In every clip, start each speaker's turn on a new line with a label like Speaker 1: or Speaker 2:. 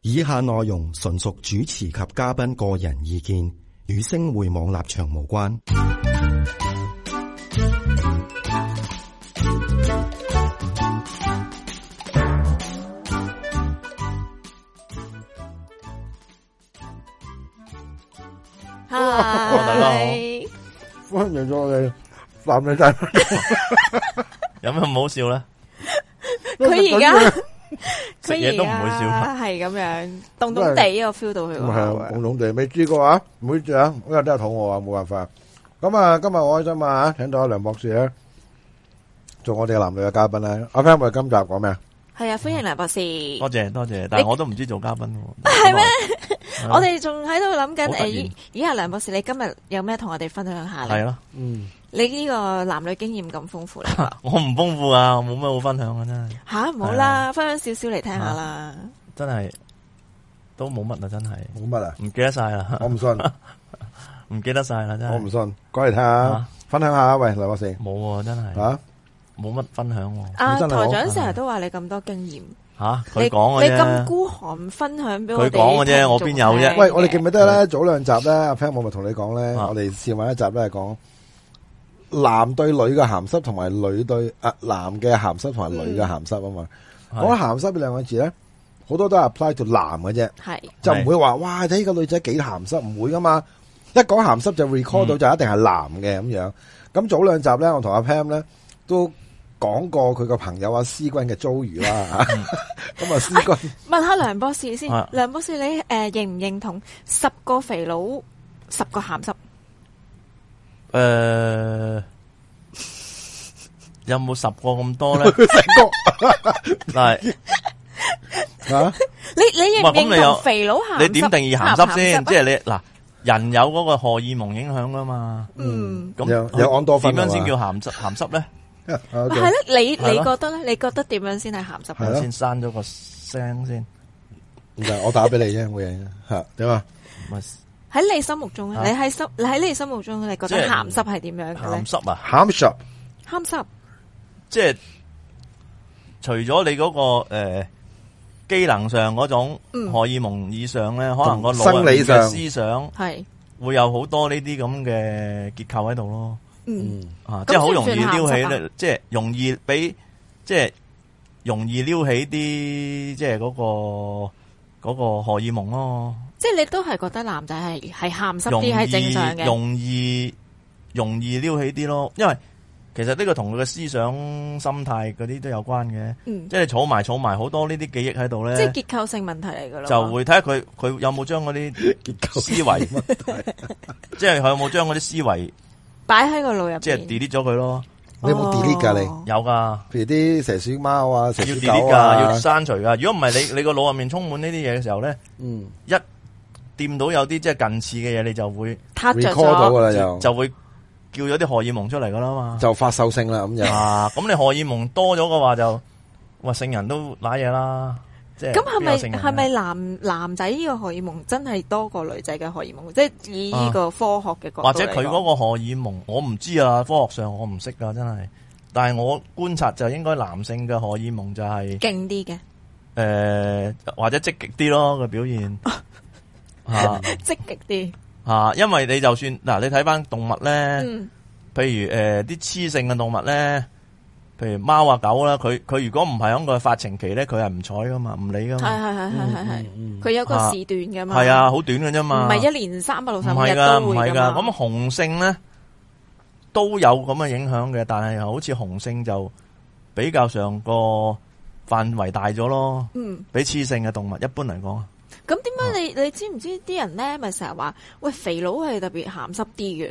Speaker 1: 以下內容純屬主持及嘉賓個人意見，與星匯網立場無關。
Speaker 2: 係
Speaker 3: 歡迎咗我哋男女大不同
Speaker 2: 有咩唔好笑咧？
Speaker 4: 佢而家
Speaker 2: 食嘢都唔
Speaker 4: à?
Speaker 2: 會笑㗎
Speaker 4: 系咁樣，凍凍地我 feel 到佢
Speaker 3: 咁係
Speaker 4: 個
Speaker 3: 共同地未知過啊，唔會啊，因為都係肚餓啊，冇辦法。咁啊，今日好開心啊，請到阿梁博士咧做我哋嘅男女嘅嘉賓啦。阿 Pan，我哋今集講咩啊？
Speaker 4: 係啊，歡迎梁博士。
Speaker 2: 多謝多謝，但係我都唔知做嘉賓喎。
Speaker 4: 係咩
Speaker 2: 係咯？
Speaker 4: 我哋仲喺度諗緊
Speaker 2: 好突然
Speaker 4: 誒，以下梁博士，你今日有咩同我哋分享下
Speaker 2: 係
Speaker 4: 咧？
Speaker 2: 咯，
Speaker 3: 嗯，
Speaker 4: 你呢個男女經驗咁豐富咧，
Speaker 2: 我唔豐富啊，我冇咩好分享啊，真係
Speaker 4: 吓唔好啦，分享少少嚟聽下啦。
Speaker 2: 真係都冇乜啊，真係
Speaker 3: 冇乜 啊，
Speaker 2: 唔記得晒啦
Speaker 3: 我，唔信，
Speaker 2: 唔記得晒啦，真
Speaker 3: 我唔
Speaker 2: 係
Speaker 3: 信，講嚟聽下
Speaker 2: 啊，
Speaker 3: 分享下。喂，梁博士
Speaker 2: 冇啊，真係
Speaker 3: 啊，
Speaker 2: 冇乜分享喎。
Speaker 4: 啊，台
Speaker 3: 真係好
Speaker 4: 長成日都話你咁多經驗，
Speaker 2: 吓，
Speaker 4: 你
Speaker 2: 佢講
Speaker 4: 你
Speaker 2: 嘅
Speaker 4: 咁
Speaker 2: 啫，
Speaker 4: 孤寒分享俾我哋
Speaker 2: 佢講嘅啫我邊有啫
Speaker 4: 聽眾
Speaker 3: 喂，我哋記
Speaker 4: 聽嘅
Speaker 3: 唔記得咧？早兩集咧，阿 Pan 我咪同你講咧，
Speaker 2: 啊
Speaker 3: 我哋試玩一集咧講。男對女嘅鹹濕同埋女對啊男嘅鹹濕同埋女嘅鹹濕啊嘛，講
Speaker 2: 係
Speaker 3: 鹹濕呢兩個字咧，好多都係 apply to 男嘅啫，
Speaker 4: 係
Speaker 3: 就唔會話哇睇個女仔幾鹹濕，唔會噶嘛。一講鹹濕就
Speaker 2: 嗯
Speaker 3: recall 到就一定係男嘅咁樣。咁早兩集咧，我同阿 Pam 咧都講過佢個朋友阿思君嘅遭遇啦。
Speaker 2: 嗯
Speaker 3: 咁啊，思君
Speaker 4: 問下梁博士先
Speaker 2: 啊，
Speaker 4: 梁博士你誒認唔認同十個肥佬十個鹹濕？
Speaker 2: 誒，有冇十個咁多 咧？但係
Speaker 3: 啊，
Speaker 4: 你你認唔
Speaker 2: 喂咁你
Speaker 4: 認
Speaker 2: 有
Speaker 4: 同肥佬鹹濕？啊
Speaker 2: 你點定義鹹濕啊先？即
Speaker 4: 係
Speaker 2: 係你嗱，人有嗰個荷爾蒙影響噶嘛？
Speaker 4: 嗯，
Speaker 2: 咁
Speaker 3: 有有安多芬
Speaker 2: 點樣
Speaker 3: 係
Speaker 2: 先
Speaker 3: 嘛
Speaker 2: 叫鹹濕鹹濕咧？
Speaker 3: 啊
Speaker 4: 係咧，你
Speaker 2: 係咯
Speaker 4: 你覺得咧？你覺得點樣先係鹹
Speaker 3: 係
Speaker 4: 濕？啊
Speaker 3: 咯
Speaker 2: 我先刪咗個聲先，
Speaker 3: 唔係我打俾你啫，冇嘢吓點啊？
Speaker 2: 咪
Speaker 4: 喺你心目中咧，
Speaker 2: 啊
Speaker 4: 你喺心你喺你心目中，你覺
Speaker 2: 即
Speaker 4: 得
Speaker 2: 係
Speaker 4: 鹹濕係點樣嘅咧
Speaker 2: 鹹？濕啊！
Speaker 3: 鹹濕
Speaker 4: 鹹濕
Speaker 2: 即係除咗你嗰個誒機能上嗰種
Speaker 4: 嗯
Speaker 2: 荷爾蒙以上咧，可能個腦
Speaker 3: 生
Speaker 2: 入面
Speaker 3: 理上
Speaker 2: 嘅思想
Speaker 4: 係
Speaker 2: 會有好多呢啲咁嘅結構喺度咯。
Speaker 4: 嗯
Speaker 2: 啊，
Speaker 4: 咁
Speaker 2: 即係好容易
Speaker 4: 算唔啊算
Speaker 2: 撩起
Speaker 4: 鹹濕
Speaker 2: 咧，即係容易俾即係容易撩起啲即係嗰、個嗰、個荷爾蒙咯，
Speaker 4: 即係你都係覺得男仔係係鹹濕
Speaker 2: 容
Speaker 4: 啲係正常
Speaker 2: 易
Speaker 4: 嘅，
Speaker 2: 容易容易撩起啲咯，因為其實呢個同佢嘅思想、心態嗰啲都有關嘅，
Speaker 4: 嗯，
Speaker 2: 即係你儲埋儲埋好多呢啲記憶喺度
Speaker 4: 即係
Speaker 2: 咧，
Speaker 4: 結構性問題嚟噶咯，
Speaker 2: 就會睇下佢佢有冇將嗰啲
Speaker 3: 結構
Speaker 2: 思維，即係佢有冇將嗰啲思維
Speaker 4: 擺喺個腦入
Speaker 2: 即係
Speaker 4: 邊。
Speaker 2: delete 咗佢咯，
Speaker 3: 你有冇 delete 㗎你
Speaker 4: 哦
Speaker 2: 有㗎。
Speaker 3: 譬如啲蛇鼠貓啊、蛇
Speaker 2: 要
Speaker 3: 鼠
Speaker 2: delete
Speaker 3: 狗
Speaker 2: 噶，要
Speaker 3: 啊，
Speaker 2: 刪除噶。如果唔係，你你個腦入面充滿呢啲嘢嘅時候咧，
Speaker 3: 嗯
Speaker 2: 一掂到有啲即係近似嘅嘢，你就會
Speaker 4: 撻着
Speaker 3: recall 到啊
Speaker 4: 咗
Speaker 3: 噶，啦，
Speaker 2: 就
Speaker 3: 又
Speaker 2: 就會叫咗啲荷爾蒙出嚟噶啦嘛。
Speaker 3: 就發獸性啦咁樣。
Speaker 2: 啊，咁你荷爾蒙多咗嘅話就，哇，聖人都揦嘢啦。即係
Speaker 4: 咁係咪
Speaker 2: 邊有聖人啊
Speaker 4: 係咪男男仔呢個荷爾蒙真係多過女仔嘅荷爾蒙？即係以呢個科學嘅角度
Speaker 2: 啊或者佢
Speaker 4: 嚟講
Speaker 2: 嗰個荷爾蒙，我唔知啊，科學上我唔識噶，真係。但係我觀察就應該男性嘅荷爾蒙就係、
Speaker 4: 勁啲嘅，
Speaker 2: 誒、或者積極啲咯個 表現。啊
Speaker 4: 積極啲。
Speaker 2: 啊，因為你就算嗱，你睇翻動物咧。
Speaker 4: 嗯，
Speaker 2: 譬如誒啲雌性嘅動物咧，譬如貓啊狗啦，佢佢如果唔係喺個發情期咧，佢係唔睬噶嘛，唔理噶
Speaker 4: 嗯係啊
Speaker 2: 嘛，
Speaker 4: 係係係
Speaker 2: 嗯
Speaker 4: 係係，佢有個時段噶嘛。
Speaker 2: 係啊，，好短嘅啫嘛，
Speaker 4: 唔係一年三百六
Speaker 2: 唔
Speaker 4: 十五日
Speaker 2: 係噶，
Speaker 4: 都
Speaker 2: 唔
Speaker 4: 會
Speaker 2: 係
Speaker 4: 㗎
Speaker 2: 噶，
Speaker 4: 嘛
Speaker 2: 咁雄性咧都有咁嘅影響嘅，但係好似雄性就比較上個範圍大咗咯，
Speaker 4: 嗯，
Speaker 2: 比雌性嘅動物一般嚟講，
Speaker 4: 咁點解你你知唔知啲人咧咪成日話喂肥佬係特別鹹濕啲嘅？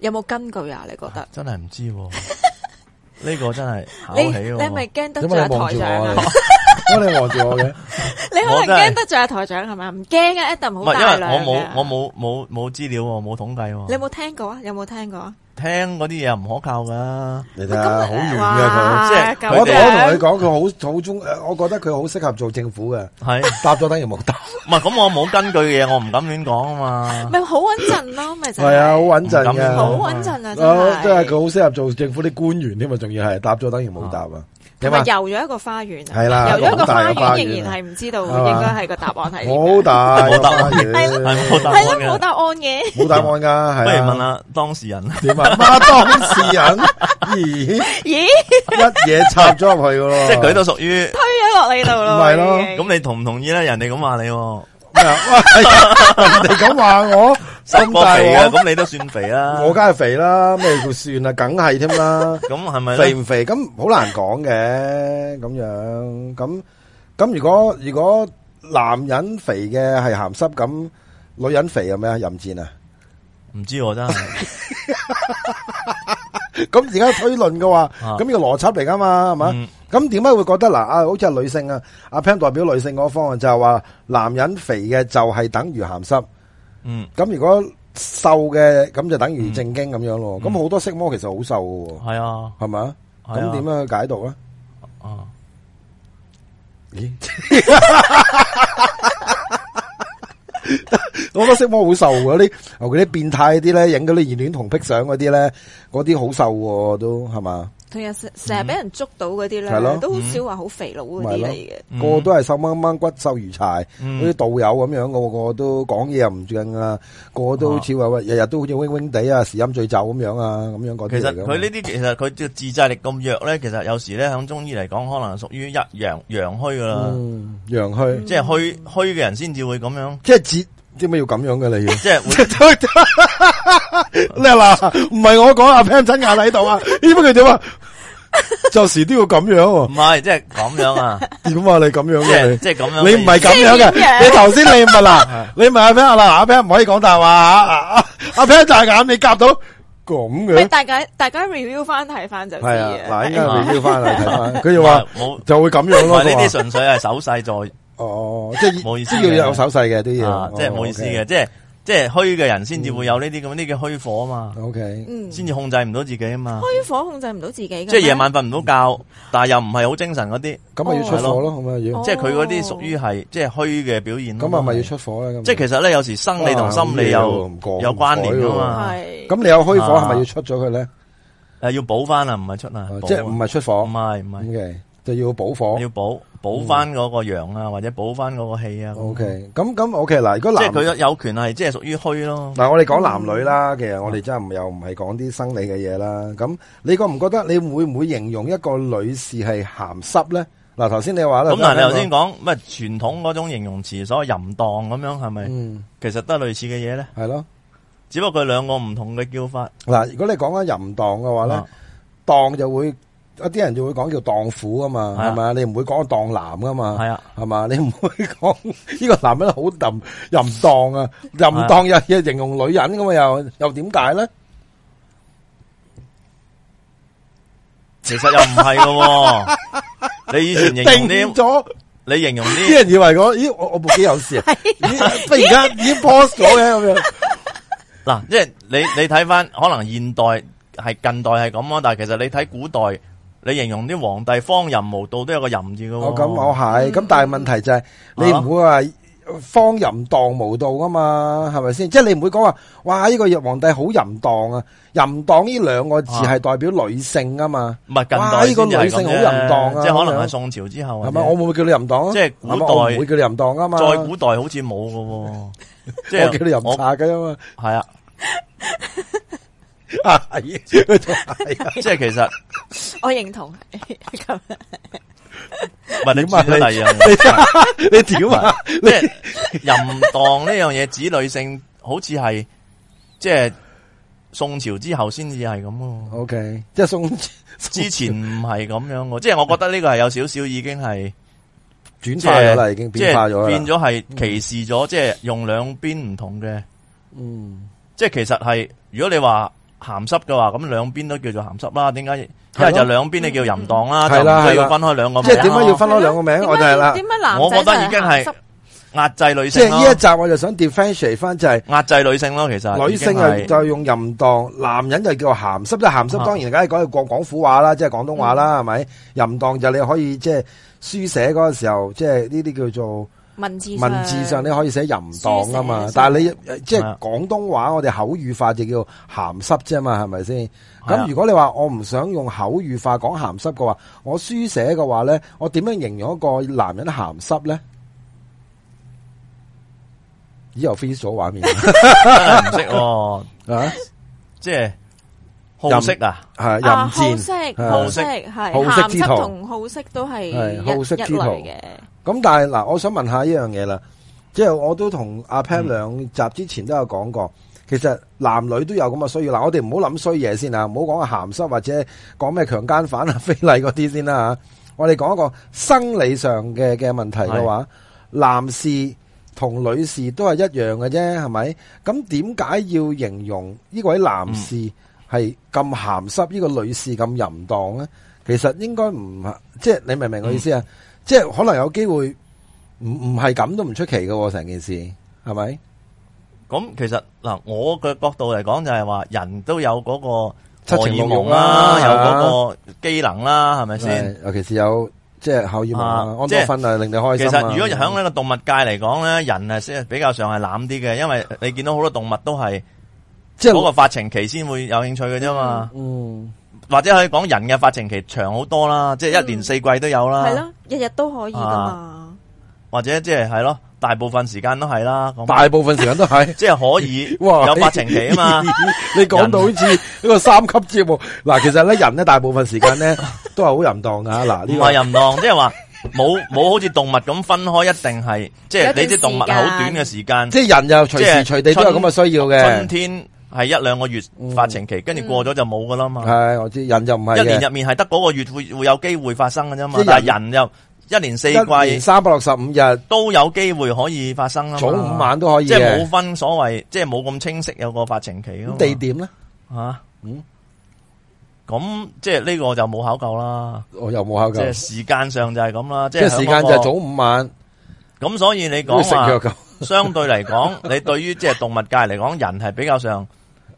Speaker 4: 有冇根據啊？你覺得？
Speaker 2: 真係唔知喎，呢個真係考起
Speaker 4: 你你係
Speaker 2: 喎
Speaker 4: 咪。驚得
Speaker 3: 點
Speaker 4: 罪
Speaker 3: 解
Speaker 4: 阿
Speaker 3: 你望
Speaker 4: 台
Speaker 3: 住我
Speaker 4: 長
Speaker 3: 啊
Speaker 4: 啊？
Speaker 3: 你？ 點解你望住我嘅？
Speaker 4: 你
Speaker 2: 我
Speaker 4: 可能
Speaker 2: 真係
Speaker 4: 驚得罪阿台長係咪？唔驚啊，Adam
Speaker 2: 唔
Speaker 4: 好
Speaker 2: 係，因
Speaker 4: 大
Speaker 2: 為
Speaker 4: 量
Speaker 2: 我冇
Speaker 4: 㗎
Speaker 2: 我冇冇冇資料喎，冇統計喎。
Speaker 4: 你有冇聽過啊？有冇聽過啊？啊
Speaker 2: 聽嗰啲嘢唔可靠噶，
Speaker 3: 你睇下，好遠嘅
Speaker 4: 哇
Speaker 2: 即係
Speaker 4: 咁
Speaker 3: 佢。我我同
Speaker 4: 樣
Speaker 3: 佢講，佢好好中，誒我覺得佢好適合做政府嘅。
Speaker 2: 係唔
Speaker 3: 答咗等於冇答。
Speaker 2: 係咁？我冇根據嘅嘢，我唔敢亂講啊嘛。
Speaker 4: 咪好穩陣咯，咪就
Speaker 3: 係啊，好穩陣
Speaker 2: 唔敢
Speaker 3: 嘅。
Speaker 4: 好
Speaker 2: 講
Speaker 4: 穩陣啊，真係。
Speaker 3: 啊即係佢好適合做政府啲官員添啊，仲要係答咗等於冇答啊。
Speaker 4: 同
Speaker 3: 點
Speaker 4: 埋
Speaker 3: 啊？
Speaker 4: 游咗一個花園啊，
Speaker 3: 係啦
Speaker 4: 游咗一個花
Speaker 3: 好大個花園啊
Speaker 4: 園仍然係唔知道
Speaker 3: 係嘛
Speaker 4: 應該係個答案係點
Speaker 3: 好
Speaker 4: 樣，
Speaker 3: 大
Speaker 2: 冇答
Speaker 3: 花
Speaker 2: 案
Speaker 4: 係
Speaker 2: 係
Speaker 3: 園，
Speaker 2: 冇答案
Speaker 4: 係咯冇
Speaker 2: 嘅。
Speaker 4: 答案嘅。
Speaker 3: 冇答 案噶，
Speaker 2: 不
Speaker 3: 係
Speaker 2: 如
Speaker 3: 啊
Speaker 2: 問下當事人，即
Speaker 3: 點啊？媽 當事人，咦，
Speaker 4: 咦，
Speaker 3: 一嘢插咗入去噶咯，
Speaker 2: 係佢都屬於
Speaker 4: 推咗落你度咯，
Speaker 3: 咪係咯
Speaker 4: 已經
Speaker 2: 咁，你同唔同意咧？人哋咁話你喎，
Speaker 3: 咩啊哇 人哋咁話我，
Speaker 2: 十
Speaker 3: 心
Speaker 2: 個
Speaker 3: 大
Speaker 2: 肥啊，
Speaker 3: 鑊，
Speaker 2: 咁你都算肥啦。
Speaker 3: 我梗係肥啦，咩叫算啊？梗係添啦。
Speaker 2: 咁係咪
Speaker 3: 肥
Speaker 2: 咧？
Speaker 3: 唔肥咁好難講嘅，咁樣咁咁如果如果男人肥嘅係鹹濕，咁女人肥係咩啊？淫賤啊！
Speaker 2: 唔知我真係，
Speaker 3: 咁而家推論嘅話，
Speaker 2: 啊
Speaker 3: 咁呢個邏輯嚟噶嘛，係嘛
Speaker 2: 嗯？
Speaker 3: 咁點解會覺得嗱啊，好似係女性啊，阿 Pan 代表女性嗰方案就係話男人肥嘅就係等於鹹濕，
Speaker 2: 嗯，
Speaker 3: 咁如果瘦嘅咁就等於正經咁樣咯。咁好多色魔其實好瘦嘅喎，
Speaker 2: 係啊，
Speaker 3: 係咪啊？
Speaker 2: 係啊
Speaker 3: 咁點樣去解讀啊？
Speaker 2: 啊，
Speaker 3: 咦，我覺得色魔好瘦嗰啲，尤其啲變態啲咧，影嗰啲熱戀同癖相嗰啲咧，嗰啲好瘦喎，都係嘛？
Speaker 4: 同日成成日俾人捉到嗰啲
Speaker 3: 係咯
Speaker 4: 咧，都好少話好肥佬嗰
Speaker 3: 咪係
Speaker 4: 啲
Speaker 3: 咯
Speaker 4: 嚟嘅。
Speaker 2: 嗯
Speaker 3: 個個都係瘦掹掹骨瘦如柴，
Speaker 2: 嗯
Speaker 3: 嗰啲道友咁樣嘅，個個都講嘢又唔正啊，個個都好似話喂，日日都好似 wing wing 地啊，時飲醉酒咁樣啊，咁樣嗰
Speaker 2: 啊其
Speaker 3: 啲嚟
Speaker 2: 實
Speaker 3: 㗎嘛
Speaker 2: 佢呢啲其實佢嘅自制力咁弱咧，其實有時咧響中醫嚟講，可能屬於一陽陽虛噶啦，
Speaker 3: 嗯陽虛，
Speaker 2: 即係虛虛嘅人先至會咁樣，
Speaker 3: 即係節，點解要咁樣 嘅你要？
Speaker 2: 即係 會
Speaker 3: 叻啦，唔係我講阿 Pam 真眼喺度啊，依不佢點 啊？就時都要咁樣喎
Speaker 2: 唔，係即係咁樣啊，
Speaker 3: 點啊你咁樣
Speaker 2: 即
Speaker 3: 嘅
Speaker 2: 係
Speaker 3: 你？
Speaker 2: 即係咁樣。
Speaker 3: 你唔係咁樣
Speaker 4: 即係點
Speaker 3: 嘅，
Speaker 4: 樣
Speaker 3: 你頭先你問啦，你問阿 Pam 啦，阿 Pam 唔可以講大話啊啊，啊阿 Pam 大眼你夾到咁
Speaker 4: 咪
Speaker 3: 嘅，
Speaker 4: 大家大家 review 翻睇翻就知
Speaker 3: 係啊，嗱，應該
Speaker 4: 係
Speaker 2: 啊
Speaker 3: review 翻嚟睇翻，佢
Speaker 2: 唔
Speaker 3: 就話
Speaker 2: 係冇，
Speaker 3: 就會咁樣
Speaker 2: 唔
Speaker 3: 咯，
Speaker 2: 係呢
Speaker 3: 佢
Speaker 2: 啲
Speaker 3: 話
Speaker 2: 純粹係手勢在。
Speaker 3: 哦，即係
Speaker 2: 冇意思
Speaker 3: 都要
Speaker 2: 嘅
Speaker 3: 有手勢嘅，都要
Speaker 2: 啊，，即系冇意思嘅，
Speaker 3: 哦
Speaker 2: 即系即系虚嘅人先至会有呢啲咁呢叫虚火啊嘛，
Speaker 3: ，OK，
Speaker 4: 嗯，
Speaker 2: 先至控制唔到自己啊嘛，
Speaker 4: 虛火控制唔到自己㗎咩，
Speaker 2: 即系夜晚瞓唔到觉，但系又唔系好精神嗰啲，
Speaker 3: 咁咪要出火咯，咁啊要
Speaker 4: 哦，
Speaker 2: 即系佢嗰啲属于系即系虚嘅表现咯。
Speaker 3: 咁啊咪要出火啦，咁
Speaker 2: 即系其实咧，有时生理同心理
Speaker 3: 哇
Speaker 2: 有
Speaker 3: 唔過
Speaker 2: 有关联噶嘛，
Speaker 4: 係
Speaker 3: 咁你有虛火
Speaker 2: 啊
Speaker 3: 係咪要出咗佢咧？
Speaker 2: 诶要补翻啊，唔系出啊，補啊
Speaker 3: 即係唔係出火
Speaker 2: 唔系唔系
Speaker 3: ？OK，就要補火
Speaker 2: 要。补补翻嗰个阳啊，或者补翻嗰个气啊。
Speaker 3: 嗯 OK，咁咁 OK 嗱，如果
Speaker 2: 即系
Speaker 3: 男
Speaker 2: 佢有权系即系属于虚咯。
Speaker 3: 嗱，我哋講男女啦，
Speaker 2: 嗯
Speaker 3: 其實我哋真係唔又唔係講啲生理嘅嘢啦。咁你覺唔覺得你會唔會形容一個女士係鹹濕咧？嗱，頭先你話啦，
Speaker 2: 咁但系
Speaker 3: 聽
Speaker 2: 你
Speaker 3: 講
Speaker 2: 头先讲咩传统嗰种形容词，所谓淫荡咁样系咪？
Speaker 3: 嗯
Speaker 2: 其實都係類似嘅嘢咧，
Speaker 3: 係咯。
Speaker 2: 只不過佢兩個唔同嘅叫法。
Speaker 3: 嗱，如果你講緊淫蕩嘅話咧
Speaker 2: 啊，
Speaker 3: 蕩就會一啲人就會講叫蕩婦啊嘛，
Speaker 2: 係啊
Speaker 3: 係嘛？你唔會講蕩男噶嘛，
Speaker 2: 係啊，
Speaker 3: 係嘛？你唔會講 呢個男人好淫淫蕩啊，淫蕩又又形容女人噶嘛？又又點解咧？
Speaker 2: 其實又唔係 嘅喎。你以前形容啲，
Speaker 3: 定咗。
Speaker 2: 你形 容
Speaker 3: 啲
Speaker 2: 啲，
Speaker 3: 人以為我，咦，我我部機有 事啊！咦忽然間已經 pause 咗嘅咁樣，
Speaker 2: 嗱，即係你你睇翻，可能現代係近代係咁咯，但係其實你睇古代，你形容啲皇帝荒淫無道都有個淫字嘅喎。
Speaker 3: 我哦咁我係，咁但係問題就係你唔會話荒淫蕩無道啊嘛，係咪先？即係你唔會講話，哇！呢個玉皇帝好淫蕩啊！淫蕩呢兩個字
Speaker 2: 啊
Speaker 3: 係代表女性啊嘛，
Speaker 2: 唔係近
Speaker 3: 哇
Speaker 2: 代
Speaker 3: 呢
Speaker 2: 先
Speaker 3: 個
Speaker 2: 至係咁
Speaker 3: 女性好淫蕩
Speaker 2: 啫，
Speaker 3: 啊
Speaker 2: 即係可能
Speaker 3: 咁樣
Speaker 2: 哦係宋朝之後或
Speaker 3: 係
Speaker 2: 者
Speaker 3: 咪？我會唔會叫你淫蕩啊？
Speaker 2: 即係古代
Speaker 3: 係咪我唔會叫你淫蕩啊嘛，
Speaker 2: 再古代好似冇嘅喎，即係
Speaker 3: 我叫你淫
Speaker 2: 我
Speaker 3: 茶嘅嘛。
Speaker 2: 係啊，
Speaker 3: 啊， 係佢就係啊
Speaker 2: 即係其實
Speaker 4: 我認同係咁。
Speaker 2: 唔係你
Speaker 3: 點啊
Speaker 2: 轉咗第 二樣嘢。
Speaker 3: 你屌啊！
Speaker 2: 即系淫荡呢样嘢，指女性好似系即系宋朝之后先至系咁咯。
Speaker 3: OK，即係宋
Speaker 2: 之前唔系咁样嘅，即系我觉得呢个系有少少已经系
Speaker 3: 轉
Speaker 2: 即
Speaker 3: 化咗啦，
Speaker 2: 系
Speaker 3: 已經變化咗啦，
Speaker 2: 变咗系歧视咗，即系用两边唔同嘅，
Speaker 3: 嗯。
Speaker 2: 即系其实系如果你话。咸湿嘅话，咁两边都叫做咸湿啦。点解？一
Speaker 3: 係咯
Speaker 2: 係
Speaker 3: 嗯
Speaker 2: 就两边你叫淫荡啦，
Speaker 3: 係
Speaker 2: 就
Speaker 3: 啦
Speaker 2: 唔需
Speaker 3: 係啦
Speaker 2: 要分开两个名咯。
Speaker 3: 即係點解要分開兩個
Speaker 4: 係
Speaker 3: 名？
Speaker 4: 咯
Speaker 3: 我就係啦
Speaker 4: 點，解男
Speaker 2: 我
Speaker 4: 仔
Speaker 2: 覺
Speaker 4: 就
Speaker 2: 得
Speaker 4: 係
Speaker 2: 已經
Speaker 4: 鹹
Speaker 2: 係
Speaker 4: 濕
Speaker 2: 压制女
Speaker 3: 即係
Speaker 2: 性
Speaker 3: 呢一
Speaker 2: 咯？
Speaker 3: 集我就想 differentiate 翻，就係
Speaker 2: 压制女性咯，其实
Speaker 3: 女性
Speaker 2: 啊
Speaker 3: 啊
Speaker 2: 係
Speaker 3: 就就用淫蕩，男人就叫鹹濕。即係鹹濕
Speaker 2: 啊嗯
Speaker 3: 當然梗係講係廣廣府話啦，即係廣東話啦，係咪？淫蕩就你可以即係書寫嗰個時候，即係呢啲叫做
Speaker 4: 文字
Speaker 3: 文字上你可以寫淫蕩啊
Speaker 4: 書
Speaker 3: 嘛
Speaker 4: 寫，
Speaker 3: 但係你呃即
Speaker 2: 係
Speaker 3: 係
Speaker 2: 啊
Speaker 3: 廣東話，我哋口語化就叫鹹濕啫嘛，係咪先？
Speaker 2: 係啊
Speaker 3: 咁如果你話我唔想用口語化講鹹濕嘅話，我書寫嘅話咧，我點樣形容一個男人鹹濕咧？咦，又 freeze 咗畫面
Speaker 2: 唔識 喎，
Speaker 3: 啊！
Speaker 2: 即係好色啊，
Speaker 3: 係淫
Speaker 4: 啊，好
Speaker 3: 賤
Speaker 4: 色，
Speaker 3: 係
Speaker 4: 好色係
Speaker 3: 好色之徒
Speaker 4: 鹹濕同好色都係
Speaker 3: 係
Speaker 4: 一
Speaker 3: 好色之徒
Speaker 4: 一類嘅，
Speaker 3: 咁但係嗱，我想問下一樣嘢啦，即係我都同阿 Pam 兩集之前都有講過，其實男女都有咁嘅需要。嗱，我哋唔好諗衰嘢先啊，唔好講鹹濕或者講咩強姦犯啊、非禮嗰啲先啦吓。我哋講一個生理上嘅嘅問題嘅話，男士同女士都係一樣嘅啫，係咪？咁點解要形容呢位男士係咁鹹濕，呢、個女士咁淫蕩咧？其實應該唔係，即係你明唔明我意思啊？即係可能有機會唔唔係咁都唔出奇嘅喎，成件事係咪？
Speaker 2: 咁其實嗱，我嘅角度嚟講就係話，人都有嗰
Speaker 3: 七
Speaker 2: 個
Speaker 3: 情六欲
Speaker 2: 蒙
Speaker 3: 啦啊
Speaker 2: 啦，有嗰個機能啦，係咪先？
Speaker 3: 係尤其是有即係後爾蒙啊、
Speaker 2: 啊
Speaker 3: 安多芬啊，令你開
Speaker 2: 其
Speaker 3: 心
Speaker 2: 實
Speaker 3: 啊。
Speaker 2: 如果喺呢個動物界嚟講咧，人係先比較上係濫啲嘅，因為你見到好多動物都係
Speaker 3: 即係
Speaker 2: 嗰個發情期先會有興趣嘅啫嘛，
Speaker 3: 嗯，
Speaker 2: 或者可以講人嘅發情期長好多啦，即係一年四季都有
Speaker 3: 啊
Speaker 2: 啦，
Speaker 4: 係咯，日日都可以噶嘛。
Speaker 2: 或者即係係咯，大部分時間都係啦，咁
Speaker 3: 大部分時
Speaker 2: 。
Speaker 3: 間都係
Speaker 2: 即係可以
Speaker 3: 哇
Speaker 2: 有發情期啊嘛，
Speaker 3: 你講到好似一個三級節目嗱，其實咧人咧大部分時 間咧都係好淫蕩噶嗱，
Speaker 2: 唔
Speaker 3: 呢
Speaker 2: 係
Speaker 3: 個
Speaker 2: 淫蕩，即係話 冇冇好似動物咁分開，一定係即係你啲動物係好短嘅時間，
Speaker 3: 即係人又隨時
Speaker 2: 即係
Speaker 3: 隨地都有咁嘅需要
Speaker 2: 春
Speaker 3: 嘅。
Speaker 2: 天係一兩個月發情期，跟住過咗就冇噶啦嘛。
Speaker 3: 係我知人就唔係
Speaker 2: 一年
Speaker 3: 嘅，
Speaker 2: 入面係得嗰個月會會有機會發生嘅啫嘛
Speaker 3: 即係
Speaker 2: 但係
Speaker 3: 人，
Speaker 2: 人又一年四
Speaker 3: 一年
Speaker 2: 季
Speaker 3: 三百六十五日，
Speaker 2: 都有機會可以發生啦。
Speaker 3: 早午，晚都可以
Speaker 2: 即係冇
Speaker 3: 嘅。
Speaker 2: 分所謂，即係冇咁清晰有個發情期咯。
Speaker 3: 咁地點咧，
Speaker 2: 吓，
Speaker 3: 嗯
Speaker 2: 咁即係呢個就冇考究啦。
Speaker 3: 我又冇考
Speaker 2: 即
Speaker 3: 究
Speaker 2: 係。時間上就係咁啦，即
Speaker 3: 即係
Speaker 2: 係
Speaker 3: 時間就係早午晚，
Speaker 2: 咁，所以你
Speaker 3: 都
Speaker 2: 講
Speaker 3: 食
Speaker 2: 話
Speaker 3: 藥咁
Speaker 2: 相對嚟講，你對於即係動物界嚟講，人係比較上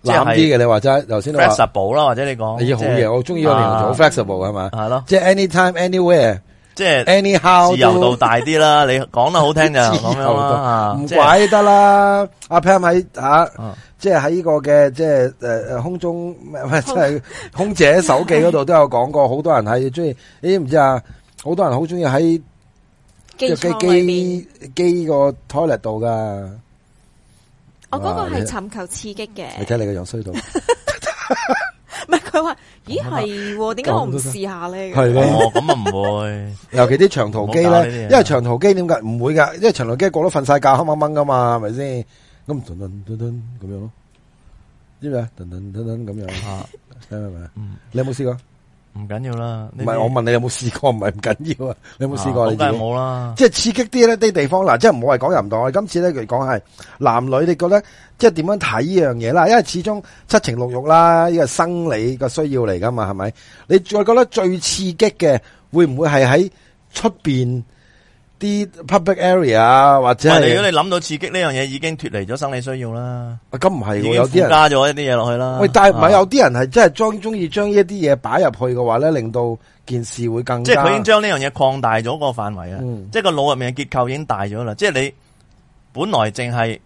Speaker 2: 即
Speaker 3: 攬
Speaker 2: 係
Speaker 3: 啲嘅。你話齋，頭先都話，
Speaker 2: flexible 啊啦，或者你講
Speaker 3: 咦好嘢，我中意我形容好 flexible 係嘛，
Speaker 2: 係咯，
Speaker 3: 即係 anytime anywhere
Speaker 2: 即係
Speaker 3: anyhow
Speaker 2: 自由度
Speaker 3: 都
Speaker 2: 大啲啦。你講得好聽 就咁
Speaker 3: 自
Speaker 2: 樣
Speaker 3: 由度
Speaker 2: 啦，啊
Speaker 3: 唔
Speaker 2: 即係
Speaker 3: 怪得啦。阿 Pam 喺啊
Speaker 2: 啊，
Speaker 3: 即係喺呢個嘅即係誒誒空中咩咩即係空姐手記嗰度都有講過，好多人係中意，你知唔知啊？好多人好中意喺
Speaker 4: 機
Speaker 3: 機
Speaker 4: 艙裏面，
Speaker 3: 機機個 toilet 度噶。
Speaker 4: 我嗰個
Speaker 3: 哇
Speaker 4: 係
Speaker 3: 你
Speaker 4: 尋求刺激嘅
Speaker 3: 你。睇你個樣衰到，
Speaker 4: 唔係佢話，咦
Speaker 3: 啊
Speaker 4: 係喎，點解我唔試下咧？
Speaker 3: 係咯。
Speaker 2: 哦，咁啊唔會，
Speaker 3: 尤其啲長途機
Speaker 2: 唔好搞呢啲
Speaker 3: 咧，
Speaker 2: 嘢
Speaker 3: 因為長途機點解唔會噶？因為長途機個個都瞓晒覺，黑掹掹噶嘛，係咪先？咁噔噔噔噔咁樣咯，知唔知啊？噔噔噔噔咁樣，
Speaker 2: 啊
Speaker 3: 明唔明啊
Speaker 2: 嗯？
Speaker 3: 你有冇試過？
Speaker 2: 唔緊要啦。呢
Speaker 3: 唔
Speaker 2: 啲
Speaker 3: 係我問你有冇試過，唔係唔緊要啊！你有冇試過
Speaker 2: 啊咁梗
Speaker 3: 你自
Speaker 2: 係
Speaker 3: 己？
Speaker 2: 冇啦。
Speaker 3: 即係刺激啲呢啲地方嗱，即係唔好係講淫蕩。我哋今次咧，佢講係男女，你覺得即係點樣睇呢樣嘢啦？因為始終七情六欲啦，呢個生理個需要嚟噶嘛，係咪？你再覺得最刺激嘅，會唔會係喺出邊啲 public area 啊，或
Speaker 2: 即
Speaker 3: 者
Speaker 2: 係如果
Speaker 3: 係
Speaker 2: 你諗到刺激呢樣嘢，已經脱離咗生理需要啦，
Speaker 3: 啊咁唔係
Speaker 2: 已
Speaker 3: 喎？
Speaker 2: 經
Speaker 3: 有
Speaker 2: 附
Speaker 3: 啲人
Speaker 2: 加咗一啲嘢落去啦。
Speaker 3: 喂，但係唔係
Speaker 2: 啊
Speaker 3: 有啲人係真係將中意將呢一啲嘢擺入去嘅話咧，令到件事會更
Speaker 2: 即
Speaker 3: 加
Speaker 2: 係佢已經將呢樣嘢擴大咗個範圍啊！
Speaker 3: 嗯
Speaker 2: 即係個腦入面嘅結構已經大咗啦。即係你本來淨係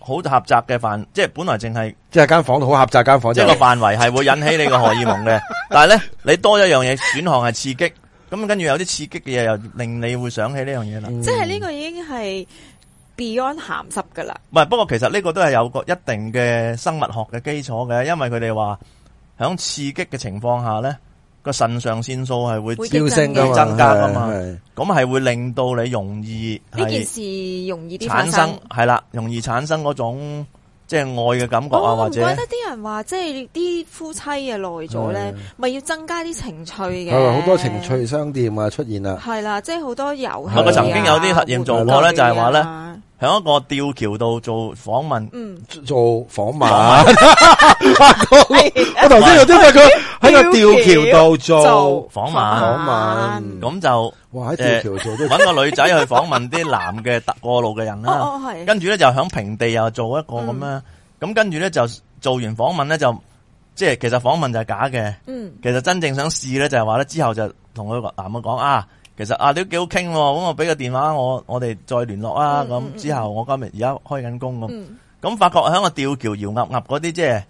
Speaker 2: 好狹窄嘅範，即係本來淨係
Speaker 3: 即係間房好狹窄，間房
Speaker 2: 即
Speaker 3: 就
Speaker 2: 係個範圍係會引起你個荷爾 蒙嘅。但係咧，你多咗一樣嘢選項係刺激，咁跟住有啲刺激嘅嘢又令你會想起呢樣嘢啦。
Speaker 3: 嗯
Speaker 4: 即係呢個已經係 beyond 鹹濕噶啦，
Speaker 2: 唔係，不過其實呢個都係有個一定嘅生物學嘅基礎嘅，因為佢哋話響刺激嘅情況下咧，個腎上腺素係會
Speaker 4: 會
Speaker 2: 飆
Speaker 3: 飆升噶嘛，
Speaker 2: 增加㗎嘛
Speaker 3: 係係
Speaker 2: 咁係會令到你容易係
Speaker 4: 呢件事容易啲發
Speaker 2: 產生係啦，容易產生嗰種即係愛嘅感覺啊，
Speaker 4: 哦，
Speaker 2: 或
Speaker 4: 唔怪
Speaker 2: 者
Speaker 4: 得啲人話，即係啲夫妻啊耐咗咧，咪要增加啲情趣嘅。
Speaker 3: 嗯係好多情趣商店啊出現 啦，
Speaker 4: 系啦，即係好多遊戲
Speaker 3: 係
Speaker 4: 啊。
Speaker 3: 佢曾經
Speaker 2: 有啲實驗做過咧就係話咧
Speaker 4: 活動啊，
Speaker 2: 響一個吊橋度做訪問，
Speaker 4: 嗯，
Speaker 3: 做訪問。我頭先有啲發覺喺個吊橋度
Speaker 4: 哦
Speaker 3: 做
Speaker 4: 做
Speaker 2: 訪
Speaker 3: 訪
Speaker 2: 問
Speaker 4: 嗯
Speaker 3: 問，
Speaker 2: 咁就
Speaker 3: 哇喺吊橋 做都
Speaker 2: 揾個女仔去訪問啲男嘅特過路嘅人
Speaker 4: 哦
Speaker 2: 啦，
Speaker 4: 哦嗯係，
Speaker 2: 跟住咧就響平地又做一個咁樣，咁跟住咧就做完訪問咧就即係其實訪問就係假嘅，
Speaker 4: 嗯
Speaker 2: 其實真正想試咧就係話咧之後就同佢個男嘅講啊，其實啊，你都幾好傾喎，咁我俾個電話我，我哋再聯絡啊。
Speaker 4: 嗯
Speaker 2: 咁、
Speaker 4: 嗯
Speaker 2: 之後我今日而家開緊工咁，咁、
Speaker 4: 嗯，
Speaker 2: 發覺喺個吊橋搖鴨鴨嗰啲，即係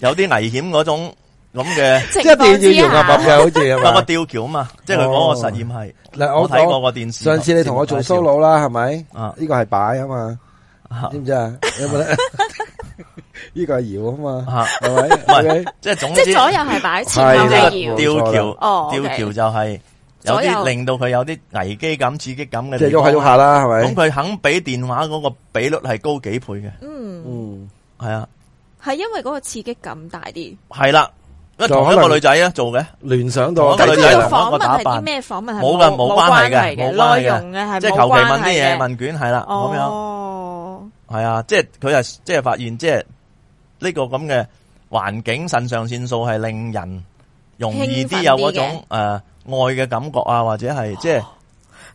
Speaker 2: 有啲危險嗰種咁嘅，
Speaker 4: 即
Speaker 3: 即係一定要用鴨鴨嘅，好似係
Speaker 2: 有個
Speaker 3: 嘛？
Speaker 2: 吊橋啊嘛，即係佢嗰個實驗係。
Speaker 3: 嗱，
Speaker 2: 我睇過
Speaker 3: 我
Speaker 2: 個電視節目介紹。
Speaker 3: 上次你同我做 solo 啦，係咪？
Speaker 2: 啊
Speaker 3: 呢個係擺啊嘛，
Speaker 2: 啊
Speaker 3: 知唔知啊？有冇咧？ 呢個係搖啊嘛，
Speaker 2: 啊
Speaker 3: 係咪
Speaker 2: 唔係
Speaker 3: ？OK，
Speaker 2: 即係總
Speaker 4: 即
Speaker 2: 之
Speaker 4: 系左右係擺，前後
Speaker 3: 係啦
Speaker 4: 係
Speaker 3: 冇
Speaker 4: 搖，
Speaker 3: 錯
Speaker 2: 吊橋，
Speaker 4: 哦
Speaker 2: 吊
Speaker 4: ，OK
Speaker 2: 橋就係有
Speaker 4: 左右
Speaker 2: 啲令到佢有啲危機感、刺激感嘅
Speaker 3: 即係
Speaker 2: 地
Speaker 3: 喐
Speaker 2: 方。
Speaker 3: 下喐下啦，係
Speaker 2: 咁
Speaker 3: 咪？
Speaker 2: 佢肯俾電話嗰個比率係高幾倍嘅，
Speaker 4: 嗯，
Speaker 3: 嗯，
Speaker 2: 係啊，
Speaker 4: 係因為嗰個刺激感大啲。
Speaker 2: 係啦，因為
Speaker 3: 就
Speaker 2: 同一
Speaker 3: 可
Speaker 2: 個
Speaker 3: 能
Speaker 2: 女仔啊做嘅，
Speaker 3: 聯想到
Speaker 2: 咁
Speaker 4: 咁
Speaker 2: 佢
Speaker 4: 佢
Speaker 2: 就
Speaker 4: 要
Speaker 2: 係
Speaker 4: 訪
Speaker 2: 咁
Speaker 4: 問
Speaker 2: 樣打
Speaker 4: 係
Speaker 2: 扮
Speaker 4: 啲咩訪問係
Speaker 2: 冇嘅冇關係嘅
Speaker 4: 嘅，
Speaker 2: 冇關係嘅
Speaker 4: 內容嘅係
Speaker 2: 即係
Speaker 4: 冇
Speaker 2: 求其問
Speaker 4: 關係
Speaker 2: 啲嘢
Speaker 4: 嘅。
Speaker 2: 問卷係啦，咁樣
Speaker 4: 哦，
Speaker 2: 係啊，即係佢係即係發現即係呢個咁嘅環境腎上腺素係令人容易啲有嗰種誒愛嘅感覺啊，或者係
Speaker 4: 哦
Speaker 2: 即係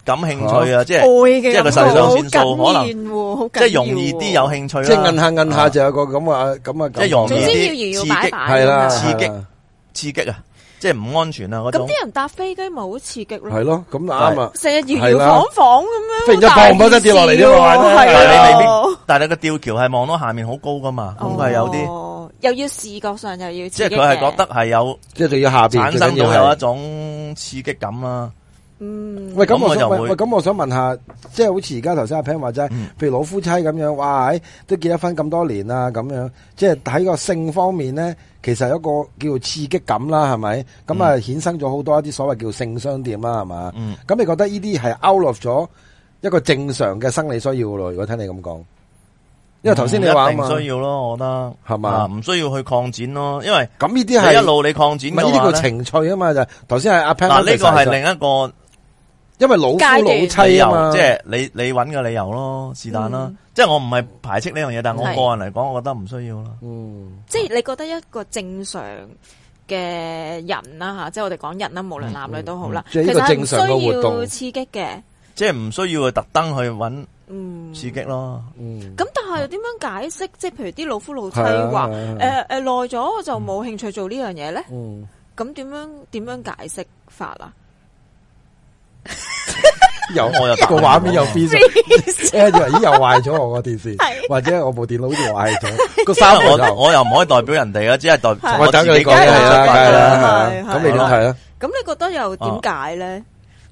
Speaker 2: 感興趣啊，即
Speaker 4: 愛嘅
Speaker 2: 係。即係個
Speaker 4: 感覺
Speaker 2: 腎上腺素
Speaker 4: 好緊
Speaker 2: 可能
Speaker 4: 要喎好緊
Speaker 2: 即係容易啲有
Speaker 4: 要喎
Speaker 2: 興趣啦，
Speaker 3: 即係摁下摁下
Speaker 2: 啊
Speaker 3: 就有個咁嘅咁啊，
Speaker 2: 即係容易
Speaker 4: 總
Speaker 2: 啲
Speaker 4: 之要搖搖擺擺
Speaker 3: 係
Speaker 4: 咁
Speaker 3: 啦，
Speaker 4: 樣
Speaker 2: 刺激
Speaker 3: 係啦
Speaker 2: 刺激啊，即係唔安全啊嗰
Speaker 4: 咁
Speaker 2: 種。
Speaker 4: 啲人搭飛機咪好刺激咯
Speaker 3: 係，咯，咁啱啊！
Speaker 4: 成日搖
Speaker 3: 係
Speaker 4: 搖
Speaker 3: 啦
Speaker 4: 晃晃咁樣，
Speaker 3: 忽然間
Speaker 4: 好大件
Speaker 3: 砰砰一跌落嚟啫嘛
Speaker 4: 事喎
Speaker 3: 玩得
Speaker 4: 係啊
Speaker 2: 但係你未必，但係個吊橋係望到下面好高噶嘛，咁
Speaker 3: 啊
Speaker 2: 佢係有啲，
Speaker 4: 啲，哦又要視覺上又要
Speaker 2: 即
Speaker 4: 刺
Speaker 2: 係
Speaker 4: 激
Speaker 2: 佢係
Speaker 4: 嘅
Speaker 2: 覺得係有
Speaker 3: 即係仲要下邊
Speaker 2: 產
Speaker 3: 最
Speaker 2: 生
Speaker 3: 緊要
Speaker 2: 到有
Speaker 3: 係
Speaker 2: 一種刺激感啊啦。
Speaker 4: 嗯，
Speaker 3: 喂，咁
Speaker 2: 咁
Speaker 3: 我想
Speaker 2: 我就
Speaker 3: 喂
Speaker 2: 會
Speaker 3: 喂，咁我想問下，即係好似而家頭先阿 Pan 話齋，
Speaker 2: 嗯
Speaker 3: 譬如老夫妻咁樣，哇，唉都結咗婚咁多年啦，咁樣，即係喺個性方面咧，其實有一個叫做刺激感啦，係咪？咁啊，衍生咗好多一啲所謂叫性商店啦，係嘛？
Speaker 2: 嗯，
Speaker 3: 咁你覺得呢啲係 out of 咗一個正常嘅生理需要咯？如果聽你咁講，因為頭先你話啊
Speaker 2: 嗯唔一
Speaker 3: 嘛，
Speaker 2: 定需
Speaker 3: 咁
Speaker 2: 要咯，我覺得
Speaker 3: 係嘛
Speaker 2: 啊唔需要去擴展咯，因為
Speaker 3: 呢啲
Speaker 2: 你
Speaker 3: 係
Speaker 2: 一路你擴展
Speaker 3: 唔係呢
Speaker 2: 嘅
Speaker 3: 啲
Speaker 2: 話
Speaker 3: 叫
Speaker 2: 咧，
Speaker 3: 情趣啊嘛？就係頭先係阿 Pan
Speaker 2: 嗱呢個係
Speaker 3: emphasize
Speaker 2: 另一個
Speaker 3: 因為老夫
Speaker 4: 階段
Speaker 3: 老
Speaker 2: 理
Speaker 3: 妻啊嘛，
Speaker 2: 由，即係你你揾嘅理由咯，是但啦
Speaker 4: 嗯。
Speaker 2: 即係我唔係排斥呢樣嘢，但係
Speaker 4: 係
Speaker 2: 我個人嚟講，我覺得唔需要啦。
Speaker 3: 嗯。
Speaker 4: 即係你覺得一個正常嘅人啦吓，即係我哋講人啦，無論男女都好啦，
Speaker 3: 嗯嗯即係
Speaker 4: 其
Speaker 3: 一個
Speaker 4: 實
Speaker 3: 正常嘅活動
Speaker 4: 係唔需要刺激嘅，
Speaker 2: 即係唔需要去特登去揾
Speaker 4: 嗯，
Speaker 2: 刺激咯。
Speaker 3: 嗯
Speaker 4: 咁但係又點樣解釋？即係譬如啲老夫老妻
Speaker 3: 係啊
Speaker 4: 話
Speaker 3: 係啊係啊
Speaker 4: 誒誒耐咗我就冇興趣做呢樣嘢咧，
Speaker 3: 嗯
Speaker 4: 咁點樣點樣解釋法啊？
Speaker 3: 有
Speaker 2: 我又答
Speaker 3: 個
Speaker 2: 唔
Speaker 3: 畫
Speaker 2: 到
Speaker 3: 面又
Speaker 2: 啊
Speaker 3: freeze 咗，以為咦又壞咗我個電視，或者我部電腦好似壞咗，個
Speaker 2: 因
Speaker 3: 三
Speaker 2: 為
Speaker 3: 號
Speaker 2: 我
Speaker 3: 就
Speaker 2: 我又唔可以代表人哋啊，只係代
Speaker 4: 係
Speaker 2: 我
Speaker 3: 我等
Speaker 2: 自
Speaker 3: 佢
Speaker 2: 己
Speaker 3: 講嘢
Speaker 2: 嘅
Speaker 3: 係啦，
Speaker 4: 我
Speaker 3: 梗係
Speaker 2: 啊
Speaker 3: 啦，
Speaker 4: 係
Speaker 3: 係
Speaker 4: 係
Speaker 3: 咁你點睇啊咧？
Speaker 4: 咁你覺得又點解
Speaker 3: 啊
Speaker 4: 咧？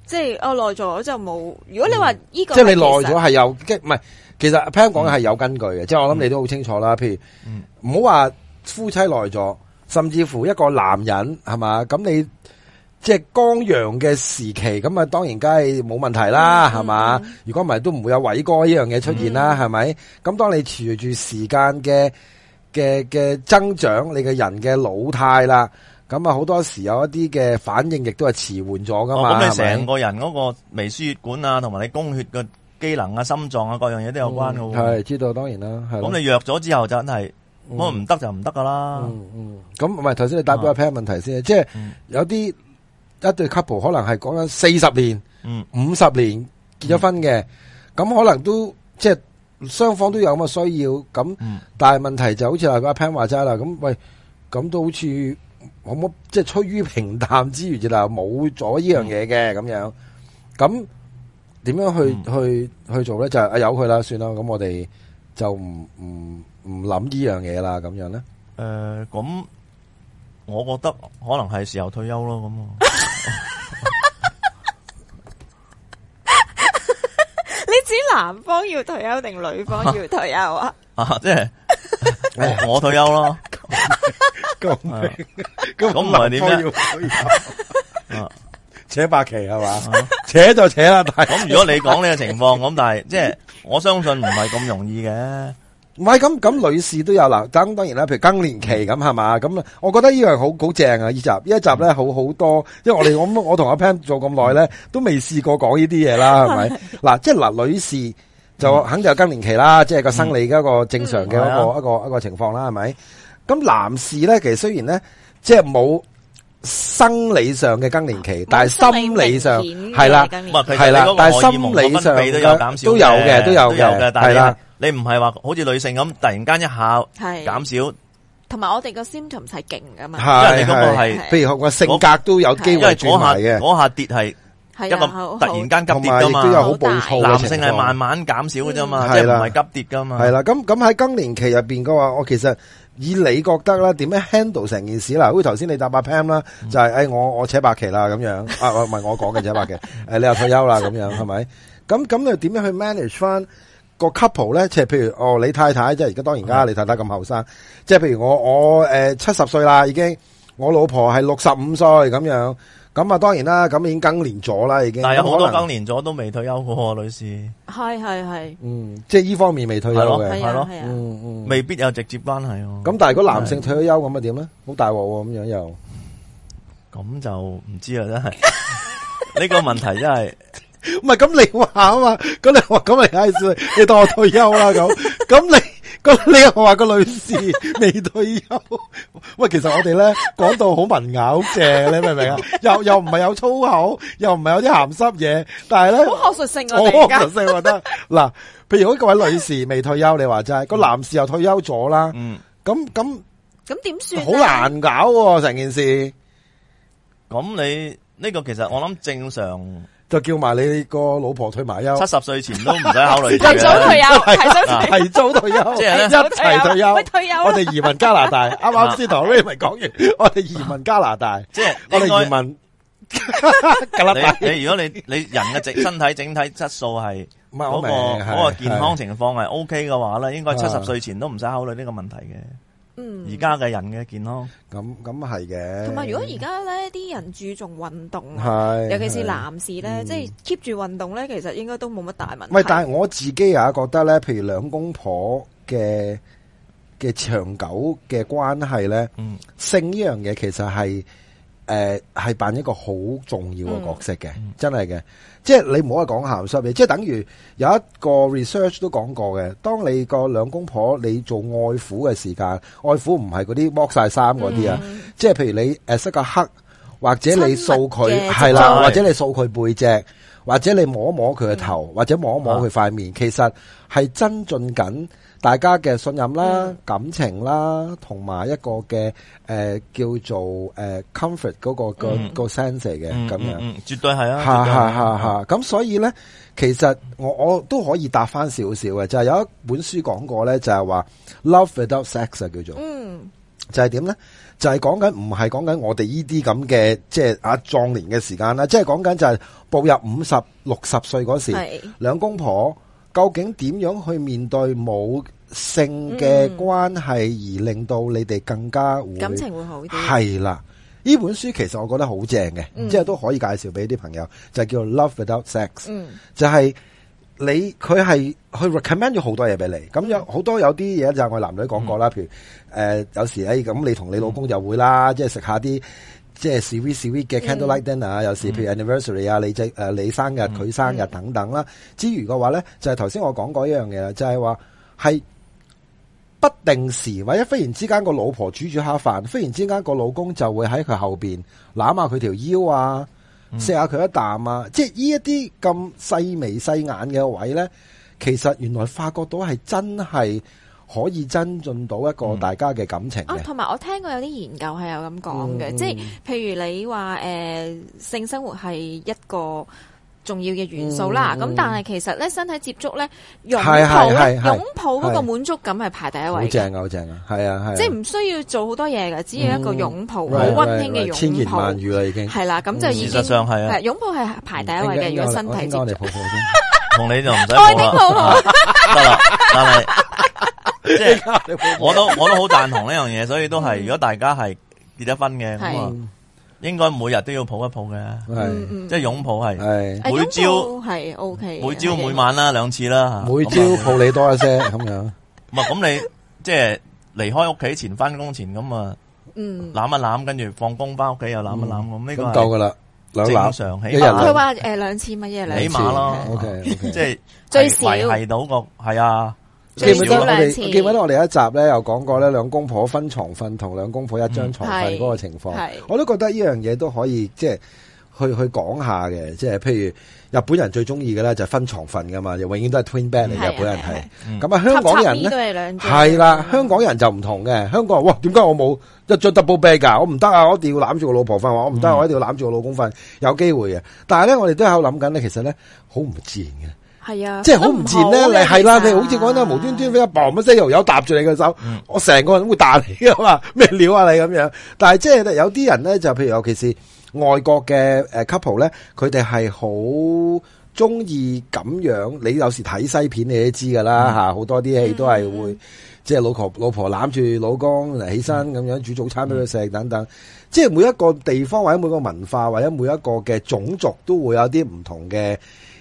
Speaker 4: 即係我耐咗就冇。如果你話呢個
Speaker 3: 嗯即係你耐
Speaker 4: 係其實
Speaker 3: 咗係有即係唔係？其實 Pan 講嘅係有根據嘅，即係我諗你都好清楚啦。譬
Speaker 2: 嗯
Speaker 3: 如唔好話夫妻耐咗，甚至乎一個男人係嘛咁你。即係剛陽嘅時期，咁啊當然梗係冇問題啦，
Speaker 4: 嗯
Speaker 3: 係嘛、
Speaker 4: 嗯
Speaker 3: 如果唔係都唔會有偉哥呢樣嘢出
Speaker 2: 嗯
Speaker 3: 現啦，係咪、咁當你隨住時間嘅嘅嘅增長，你嘅人嘅老態啦，咁啊好多時有一啲嘅反應，亦都係遲緩咗噶
Speaker 2: 哦
Speaker 3: 嘛。
Speaker 2: 咁你
Speaker 3: 係咪
Speaker 2: 成個人嗰個微輸血管啊，同埋你供血嘅機能啊、心臟啊各樣嘢都有關嘅
Speaker 3: 嗯
Speaker 2: 喎。
Speaker 3: 係知道當然啦，係咯
Speaker 2: 咁你弱咗之後就真係，
Speaker 3: 嗯
Speaker 2: 我唔得就唔得噶啦。
Speaker 3: 嗯嗯，咁唔係頭先你答咗阿 Pat 問題先，即係
Speaker 2: 嗯
Speaker 3: 有啲一對 couple 可能係講緊四十年、
Speaker 2: 嗯，
Speaker 3: 五十年結咗婚嘅，咁、可能都即係雙方都有咁嘅需要，咁
Speaker 2: 嗯
Speaker 3: 但係問題就好似阿 Pan 話齋啦，咁喂，咁都好似可唔可即係趨於平淡之餘，就嗱冇咗呢樣嘢嘅咁樣，咁點樣去、去去做咧？就係啊由佢啦，算啦，咁我哋就唔唔唔諗呢樣嘢啦，咁樣咧。
Speaker 2: 誒咁，我覺得可能係時候退休咯。 咁啊
Speaker 4: 你指男方要退休定女方要退休啊？
Speaker 2: 啊，即 係我我退休咯。
Speaker 3: 咁
Speaker 2: 係啊
Speaker 3: 咁
Speaker 2: 咁唔係點咧
Speaker 3: 咧
Speaker 2: 啊？
Speaker 3: 扯白旗係嘛？扯就扯啦，但係
Speaker 2: 咁如果你講呢個情況，咁但係即係我相信唔係咁容易嘅。
Speaker 3: 唔係咁咁，女士都有啦。咁當然啦，譬如更年期咁係嘛？咁我覺得呢樣好好正啊！呢集呢一集咧好好多，因為我哋我我同阿 Pan 做咁耐咧，都未試過講呢啲 嘢啦，係咪？嗱，即係嗱，女士就肯定有更年期啦，即係個生理嘅一個正常嘅一
Speaker 2: 嗯係
Speaker 3: 個一個一個情況啦，係咪？咁男士咧，其實雖然咧，即係冇生理上嘅更年期，但係心理上係啦。
Speaker 2: 唔
Speaker 4: 咁
Speaker 2: 係，其實你嗰個
Speaker 3: 但係
Speaker 2: 荷爾蒙嘅分泌都有減少嘅，
Speaker 3: 心理上都有嘅都有嘅
Speaker 2: 都有嘅。但
Speaker 3: 係啦
Speaker 2: 係你你唔係話好似女性咁突然間一下
Speaker 4: 係
Speaker 2: 減少，因
Speaker 4: 同埋我哋個 symptoms 係勁噶嘛，
Speaker 3: 係
Speaker 2: 為你嗰個
Speaker 3: 係
Speaker 2: 係
Speaker 3: 譬如我性格都有機
Speaker 2: 因為嗰
Speaker 3: 會轉
Speaker 2: 下
Speaker 3: 埋嘅，
Speaker 2: 嗰下跌係
Speaker 4: 係啊
Speaker 2: 一個
Speaker 4: 好
Speaker 2: 突然間急
Speaker 3: 同
Speaker 2: 跌
Speaker 3: 埋
Speaker 2: 噶
Speaker 3: 亦都有
Speaker 2: 嘛，
Speaker 3: 好暴躁
Speaker 2: 男
Speaker 3: 嘅
Speaker 2: 性
Speaker 3: 情
Speaker 2: 係慢
Speaker 3: 況。
Speaker 2: 慢減少嘅啫嘛，
Speaker 3: 嗯
Speaker 2: 即係
Speaker 3: 係啦
Speaker 2: 唔係急跌噶嘛，
Speaker 3: 系啦，咁咁喺更年期入边嘅話，我其實以你覺得啦，點樣 handle 成件事啦？好似頭先你答阿 Pam 啦，
Speaker 2: 嗯
Speaker 3: 就係诶我我扯白旗啦咁樣，啊唔係我講嘅 扯白旗，诶你又退休啦咁樣係咪？咁咁你點樣去 manage 翻個 couple 咧？即係譬如哦，你太太即係而家當然
Speaker 2: 嗯
Speaker 3: 啦，你太太咁後生，即係譬如我我诶七十歲啦已經，我老婆係六十五歲咁樣，咁啊當然啦，咁已經更年咗啦已經，
Speaker 2: 但係有好
Speaker 3: 咁
Speaker 2: 多
Speaker 3: 可能
Speaker 2: 更年咗都未退休嘅喎，女士，
Speaker 4: 係係係，
Speaker 3: 嗯，即係呢方面未退休
Speaker 2: 係咯
Speaker 3: 嘅，
Speaker 4: 係
Speaker 2: 係咯
Speaker 4: 啊係啊。
Speaker 3: 嗯嗯。
Speaker 2: 未必有直接關係喎。
Speaker 3: 咁但係如果男性退咗休咁啊點咧？好大鑊喎咁樣又
Speaker 2: 咁就唔知啦， 真係呢個問題真係
Speaker 3: 唔係咁你話啊嘛？咁你話咁你唉算你當我退休啦咁，咁 你咁你又話個 女士未退休？喂，其實我哋咧講到好文雅好正，你明唔 明啊？又又唔係有粗口，又唔係有啲鹹濕嘢，但係咧。
Speaker 4: 好學術性我哋
Speaker 3: 我
Speaker 4: 而家
Speaker 3: 頭先覺 得嗱，譬如嗰位女士未退休，你話齋個男士又退休咗啦，
Speaker 2: 嗯。
Speaker 3: 咁咁
Speaker 4: 咁點算？
Speaker 3: 好。難搞喎成件事。
Speaker 2: 咁你呢、個其實我諗正常
Speaker 3: 就叫埋你個老婆退埋休，
Speaker 2: 七十歲前都唔使考慮
Speaker 4: 提早
Speaker 2: 嘅，
Speaker 4: 退休，提早退休，
Speaker 3: 提早退休，
Speaker 2: 即係啊呢
Speaker 3: 一齊退
Speaker 4: 喂
Speaker 3: 休。
Speaker 4: 退休啊
Speaker 3: 我
Speaker 4: 啦，
Speaker 3: 哋移民加拿大，啱啱先同 Raymond 講完，我哋移民加拿大，
Speaker 2: 即係
Speaker 3: 我哋移
Speaker 2: 應該
Speaker 3: 民加拿大。
Speaker 2: 你你如果你你人嘅整身體整體質素係
Speaker 3: 唔係
Speaker 2: 嗰
Speaker 3: 我
Speaker 2: 個
Speaker 3: 明
Speaker 2: 嗰個
Speaker 3: 啊係
Speaker 2: 健康情況係 O K 嘅話咧，應該七
Speaker 3: 啊
Speaker 2: 十歲前都唔使考慮呢個問題嘅。而
Speaker 4: 嗯。
Speaker 2: 家嘅人嘅健康，
Speaker 3: 係咁咁係嘅。
Speaker 4: 同埋如果而家咧啲人注重運動啊，
Speaker 3: 係
Speaker 4: 尤其是
Speaker 3: 係
Speaker 4: 男士咧，即係 keep 住運動咧，其實應該都冇乜大問題。
Speaker 3: 唔係，但係我自己啊覺得咧，譬如兩公婆嘅嘅長久嘅關係咧，
Speaker 2: 嗯
Speaker 3: 性呢樣嘢其實係诶系扮一個好重要嘅角色嘅，
Speaker 4: 嗯
Speaker 3: 真係嘅。即係你唔好話講鹹濕嘢，即係等於有一個 research 都講過嘅。當你個兩公婆你做愛撫嘅時間，愛撫唔係嗰啲剝晒衫嗰啲啊，
Speaker 4: 嗯
Speaker 3: 即係譬如你呃诶识個黑，或者你掃
Speaker 4: 親密
Speaker 3: 佢
Speaker 4: 嘅
Speaker 3: 係
Speaker 2: 接
Speaker 3: 啦，
Speaker 2: 觸
Speaker 3: 或者你掃佢背脊。或者你摸一摸佢嘅頭，
Speaker 4: 嗯
Speaker 3: 或者摸一摸佢塊
Speaker 4: 啊
Speaker 3: 面，其實係增進緊大家嘅信任啦、
Speaker 4: 嗯
Speaker 3: 感情啦，同埋一個嘅誒、呃叫做誒、呃 comfort 嗰、個個、
Speaker 2: 嗯
Speaker 3: 個 sense 嚟嘅
Speaker 2: 嗯
Speaker 3: 咁樣。
Speaker 2: 嗯，嗯絕對係啊，
Speaker 3: 吓
Speaker 2: 絕對係
Speaker 3: 吓吓吓，咁所以咧，其實我我都可以答翻少少嘅，就係、有一本書講過咧，就係話 love without sex 啊，叫做。
Speaker 4: 嗯，
Speaker 3: 就係點呢？就係講緊唔係講緊我哋呢啲咁嘅，即係啊壯年嘅時間啦，即係講緊就係步入五十六十歲嗰時，
Speaker 4: 係
Speaker 3: 兩公婆究竟點樣去面對冇性嘅關係，而令到你哋更加會
Speaker 4: 嗯感情會好啲。
Speaker 3: 係啦。呢本書其實我覺得好正嘅，
Speaker 4: 嗯
Speaker 3: 即係都可以介紹俾啲朋友，就叫 Love Without Sex。
Speaker 4: 嗯，
Speaker 3: 就係你佢係去 recommend 咗好多嘢俾你，咁
Speaker 4: 嗯
Speaker 3: 有好多有啲嘢就係我男女講過啦，譬如誒、呃有時誒咁、你同你老公就會啦，
Speaker 4: 嗯
Speaker 3: 即係食下啲。即係 sweet sweet 嘅 candlelight dinner 啊，有時譬如
Speaker 4: 嗯
Speaker 3: anniversary 啊，你即誒你生日佢生日等等啦。之餘嘅話咧，就係頭先我講過一樣嘢啦，就係話係不定時或者忽然之間個老婆煮煮下飯，忽然之間個老公就會喺佢後邊攬下佢條腰啊，錫下佢一啖啊，即係呢一啲咁細眉細眼嘅位咧，其實原來發覺到係真係可以增進到一個大家嘅感情
Speaker 4: 啊
Speaker 3: 嘅，，
Speaker 4: 同埋我聽過有啲研究係有咁講嘅，
Speaker 3: 嗯
Speaker 4: 即係譬如你話诶、誒性生活係一個重要嘅元素啦，
Speaker 3: 嗯
Speaker 4: 咁、
Speaker 3: 嗯
Speaker 4: 但係其實咧身體接觸咧擁
Speaker 3: 係
Speaker 4: 抱
Speaker 3: 係
Speaker 4: 咧
Speaker 3: 係係
Speaker 4: 擁抱嗰個
Speaker 3: 係
Speaker 4: 滿足感係排第一
Speaker 3: 好
Speaker 4: 位嘅。
Speaker 3: 正啊，好正啊，係啊係啊，嗯啊
Speaker 4: 即係唔需要做好多嘢嘅，只要一個擁抱，好
Speaker 3: Right,
Speaker 4: 温馨嘅
Speaker 3: right, right，千言
Speaker 4: 擁抱，
Speaker 3: 萬語啦已經。
Speaker 4: 係啦，咁就已經
Speaker 2: 事實上係啊
Speaker 4: 係擁抱係排第一位嘅。如
Speaker 3: 應該
Speaker 4: 果身體接
Speaker 3: 我
Speaker 4: 觸
Speaker 3: 哋，抱抱先。
Speaker 2: 同你就唔使
Speaker 4: 愛
Speaker 2: 報
Speaker 4: 丁好
Speaker 2: 啦，啊
Speaker 4: 好，
Speaker 2: 得啦，但係即係我都我都好贊同呢樣嘢，所以都係如果大家係結咗婚嘅咁啊
Speaker 4: 嗯係，
Speaker 2: 應該每日都要抱一抱嘅，
Speaker 4: 嗯
Speaker 3: 系
Speaker 4: 嗯
Speaker 2: 即係擁抱係。
Speaker 3: 系，
Speaker 4: 誒
Speaker 2: 每朝
Speaker 4: 擁抱係 OK，嘅
Speaker 2: 每朝每晚啦，兩次啦，
Speaker 3: 每
Speaker 2: 咁
Speaker 3: 朝
Speaker 2: 啊
Speaker 3: 抱你多 一些咁样，
Speaker 2: 唔係咁你即係離開屋企前翻工前咁啊，
Speaker 4: 嗯。
Speaker 2: 攬一攬，跟住放工翻屋企又攬一攬，咁呢個
Speaker 3: 嗯咁
Speaker 2: 係
Speaker 3: 夠噶啦，兩
Speaker 2: 正
Speaker 3: 攬
Speaker 2: 常，
Speaker 3: 一
Speaker 2: 起碼
Speaker 3: 日啊兩
Speaker 4: 哦佢話誒兩次乜嘢兩
Speaker 2: 起
Speaker 4: 次，
Speaker 2: 碼咯
Speaker 3: ，O K O
Speaker 2: 即
Speaker 3: K。
Speaker 2: 係
Speaker 4: 最少
Speaker 2: 維係到個係啊，
Speaker 3: 記
Speaker 4: 最
Speaker 3: 唔記
Speaker 4: 少
Speaker 3: 得我
Speaker 4: 兩
Speaker 3: 哋
Speaker 4: 次
Speaker 3: 記唔記得我哋一集咧有講過咧兩公婆分床瞓同兩公婆一張床瞓嗰個情況
Speaker 4: 嗯係係，
Speaker 3: 我都覺得呢樣嘢都可以即係去去講下嘅，即係譬如日本人最中意嘅咧就係分床瞓噶嘛，又永遠都係 twin bed 嚟
Speaker 4: 係啊
Speaker 3: 嘅，日本人
Speaker 4: 係啊
Speaker 2: 嗯
Speaker 3: 係。咁啊，香港人咧
Speaker 4: 都係兩張
Speaker 3: 係啦，香港人就唔同嘅，香港人哇點解我冇一張 double bed 㗎？我唔得啊，我一定要攬住個老婆瞓，我唔
Speaker 4: 嗯
Speaker 3: 得啊，我一定要攬住個老公瞓，有機會嘅。但係咧，我哋都喺度諗緊咧，其實咧好唔自然嘅。
Speaker 4: 係啊，
Speaker 3: 即係好唔自然咧，你係啦，
Speaker 4: 其
Speaker 3: 你
Speaker 4: 實嗯
Speaker 3: 好似講得無端端俾一砰一聲又有搭住你嘅手，我成個人會彈你噶嘛，咩料啊你咁樣？但係即係有啲人咧，就譬如尤其是外國嘅诶 couple 咧，佢哋係好中意咁樣。你有時睇西片你都知噶啦吓，嚇好多啲戲都係會。即係老婆老婆攬住老公嚟起身咁樣煮早餐俾佢食等等，即係每一個地方或者每個文化或者每一個嘅種族都會有啲唔同嘅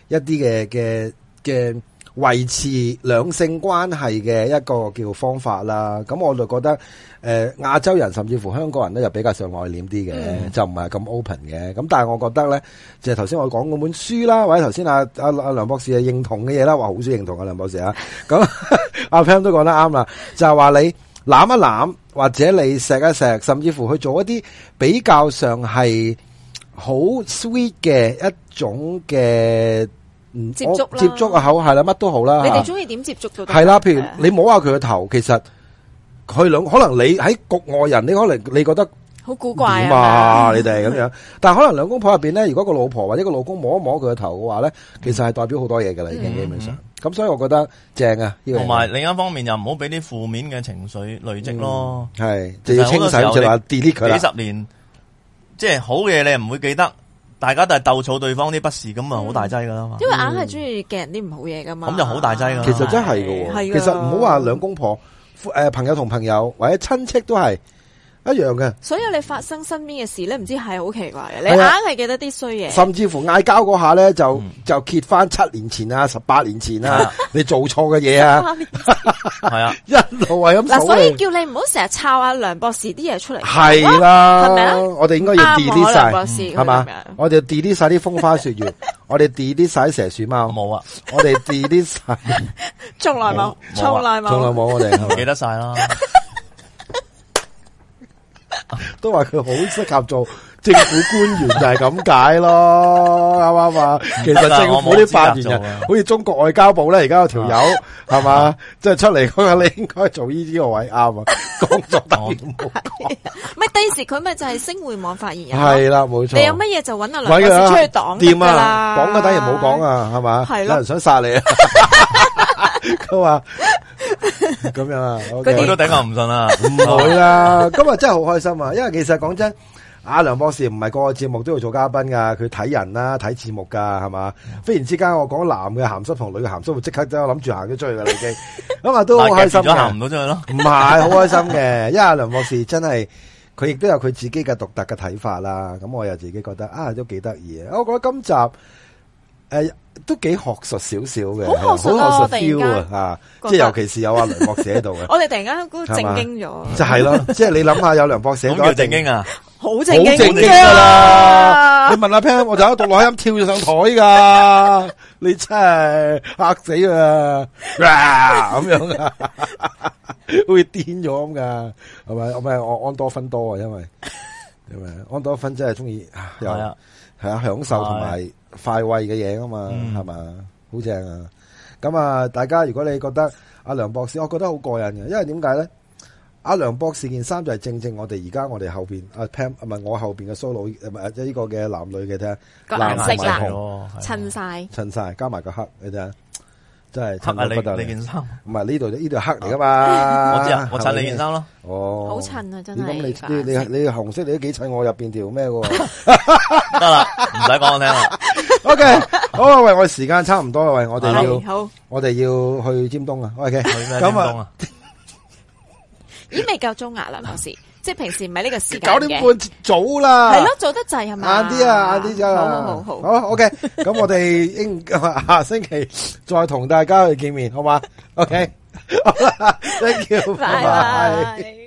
Speaker 3: 一啲嘅嘅嘅維持兩性關係嘅一個叫方法啦。咁我就覺得誒、呃、亞洲人甚至乎香港人咧就比較上內斂啲嘅，
Speaker 4: 嗯
Speaker 3: 就唔係咁 open 嘅。咁但係我覺得咧，就係頭先我講嗰本書啦，或者頭先阿阿阿梁博士係認同嘅嘢啦，話好少認同啊梁博士 啊。咁 阿 Pam 都講得啱啦，就係話你攬一攬，或者你錫一錫，甚至乎去做一啲比較上係好 sweet 嘅一種嘅嗯
Speaker 4: 接觸啦
Speaker 3: 我接觸啊，口係啦，乜都好啦。啊
Speaker 4: 你哋
Speaker 3: 嚇
Speaker 4: 中意點接觸到
Speaker 3: 係啦，譬如你摸下佢個頭，其實佢兩可能你喺局外人，你可能你覺得。
Speaker 4: 好古怪
Speaker 3: 點啊！你哋咁樣，但系可能兩公婆入边咧，如果個老婆或者個老公摸一摸佢個頭嘅話咧，其實係代表好多嘢噶啦，已經基本上。咁所以我覺得正啊，呢個
Speaker 2: 同埋另一方面又唔好俾啲負面嘅情緒累積咯。
Speaker 3: 系就要清洗就話 delete 佢
Speaker 2: 幾
Speaker 3: 嗯啦。
Speaker 2: 十年，即係好嘅嘢你唔會記得，大家都係鬥草對方啲不是，咁啊好大劑噶啦嘛。
Speaker 4: 嗯因為硬係中意嘅人啲唔好嘢噶嘛，
Speaker 2: 咁就好大劑㗎啦
Speaker 3: 其實真係嘅
Speaker 4: 係
Speaker 3: 喎，
Speaker 4: 㗎
Speaker 3: 其實唔好話兩公婆，诶朋友同朋友或者親戚都係一樣嘅，
Speaker 4: 所以你發生身邊嘅事咧，唔知係好奇怪嘅，你硬
Speaker 3: 係啊
Speaker 4: 係記得啲衰嘢，
Speaker 3: 甚至乎嗌交嗰下咧就就揭翻七年前啊、十八年前啊
Speaker 2: 啊，
Speaker 3: 你做錯嘅嘢啊，
Speaker 2: 係啊，
Speaker 3: 一路係咁
Speaker 4: 嗱，
Speaker 3: 數
Speaker 4: 所以
Speaker 3: 你
Speaker 4: 叫你唔好成日抄阿梁博士啲嘢出 嚟，
Speaker 3: 係
Speaker 4: 係咪
Speaker 3: 啦
Speaker 4: 啊，
Speaker 3: 我哋應該要
Speaker 4: 啱我
Speaker 3: delete
Speaker 4: 梁
Speaker 3: 晒
Speaker 4: 博。士
Speaker 3: 系
Speaker 4: 係
Speaker 3: 嘛？我哋 delete 晒啲風花雪 月，我哋 delete 晒啲蛇鼠貓，
Speaker 2: 冇 啊，
Speaker 3: 我哋 delete 晒，
Speaker 4: 從來冇，
Speaker 2: 冇冇啊
Speaker 4: 從來
Speaker 3: 仲
Speaker 4: 冇，
Speaker 3: 有冇我哋係
Speaker 2: 唔
Speaker 3: 嘛
Speaker 2: 記得晒 啦。
Speaker 3: 都話佢好適合做政府官員，就係咁解咯，啱唔啱啊？其實政府啲
Speaker 2: 我冇資
Speaker 3: 發言
Speaker 2: 格做
Speaker 3: 人
Speaker 2: 啊，
Speaker 3: 好似中國外交部咧，而家有條友係嘛，即係出嚟嗰個，你應該做呢啲個位 啱啊，工作 特別冇
Speaker 4: 咪第時佢咪就係星匯網發言人咯。
Speaker 3: 係啦，冇錯。
Speaker 4: 你有乜嘢就揾阿梁博
Speaker 3: 喂
Speaker 4: 士出去擋得
Speaker 3: 掂
Speaker 4: 㗎
Speaker 3: 啊！
Speaker 4: 啦，
Speaker 3: 講嘅等於唔好講啊，係嘛？
Speaker 4: 係咯
Speaker 3: 有人想殺 你啊！佢話咁樣啊，OK，
Speaker 2: 佢都頂我唔啊順啦。
Speaker 3: 唔會啦。今日真係好開心啊，因為其實講真。阿梁博士唔係個個節目都要做嘉賓噶，佢睇人啦，睇節目噶，係嘛？
Speaker 4: 嗯
Speaker 3: 忽然之間我講男嘅鹹濕同女嘅鹹濕，我即刻都諗住行咗出去噶啦已 經。咁啊都好
Speaker 2: 但係
Speaker 3: 開
Speaker 2: 夾住
Speaker 3: 心
Speaker 2: 咗行
Speaker 3: 嘅
Speaker 2: 唔。到出去咯。
Speaker 3: 唔係好開心嘅，因為阿梁博士真係佢亦都有佢自己嘅獨特嘅睇法啦。咁我又自己覺得啊，都幾得意啊！我覺得今集诶、誒都幾學術少少嘅，
Speaker 4: 好學術啊
Speaker 3: 好
Speaker 4: 突然
Speaker 3: 學
Speaker 4: 間
Speaker 3: 術 feel 啊，啊，
Speaker 4: 覺
Speaker 3: 即係
Speaker 4: 得
Speaker 3: 尤其是有阿梁博士喺度嘅，
Speaker 4: 我哋突然間都正經咗，
Speaker 3: 就係咯，即係你諗下有梁博士喺
Speaker 2: 咁
Speaker 3: 度，
Speaker 2: 叫
Speaker 3: 一定
Speaker 2: 正經啊！
Speaker 4: 好
Speaker 3: 好
Speaker 4: 正經
Speaker 3: 正經㗎 啦！你問阿 Pan，我就喺度錄音跳咗上台噶， 你真係嚇死啊！ 哇咁樣啊， 會癲咗咁噶，係咪？我咪我安多芬多啊，因為因為安多芬真係中意啊又
Speaker 2: 係啊，
Speaker 3: 係啊享受同埋快慰嘅嘢啊嘛，
Speaker 2: 嗯
Speaker 3: 係嘛？好正啊！咁啊，大家如果你覺得阿梁博士，我覺得好過癮嘅，因為點解咧？阿梁博士件衫就係正正我哋而家我哋後邊阿 Pam 啊唔係我後邊嘅 solo 誒唔係即係呢個嘅男女嘅啫，
Speaker 4: 個
Speaker 3: 藍
Speaker 2: 啊
Speaker 4: 顏色
Speaker 3: 同埋
Speaker 4: 啦
Speaker 3: 紅，
Speaker 4: 襯晒。
Speaker 3: 襯晒加埋個黑你睇，真係襯
Speaker 2: 黑啊！
Speaker 3: 到不得
Speaker 2: 你
Speaker 3: 了
Speaker 2: 你件衫，
Speaker 3: 唔係呢度呢度係黑嚟噶嘛？
Speaker 2: 我知啊，我襯
Speaker 3: 係咪
Speaker 2: 你件衫咯。
Speaker 3: 哦，
Speaker 4: 好襯啊真係
Speaker 3: 咦咁
Speaker 4: 呢
Speaker 3: 你
Speaker 4: 個
Speaker 3: 你你你紅色你都幾襯我入邊條咩喎？
Speaker 2: 得啦，唔使講我聽 啦。
Speaker 3: O K，好啊，喂，我哋時間差唔多啦，喂，我哋
Speaker 4: 係
Speaker 3: 要
Speaker 4: 好，
Speaker 3: 我哋要去尖東啊，O K，
Speaker 2: 去咩
Speaker 3: 咁
Speaker 2: 東東
Speaker 3: 啊，
Speaker 2: 啊？
Speaker 4: 咦未夠鐘啊，梁博士，即係平時唔係呢個時間
Speaker 3: 九
Speaker 4: 嘅，
Speaker 3: 點半早啦，
Speaker 4: 係咯，做得滯係
Speaker 3: 晏
Speaker 4: 嘛？
Speaker 3: 啲啊，晏啲咋，
Speaker 4: 好好好好，
Speaker 3: 好 O K，咁我哋應下星期再同大家去見面，好嘛？O K，好啦，thank you，
Speaker 4: 拜
Speaker 3: 拜拜。
Speaker 4: 拜。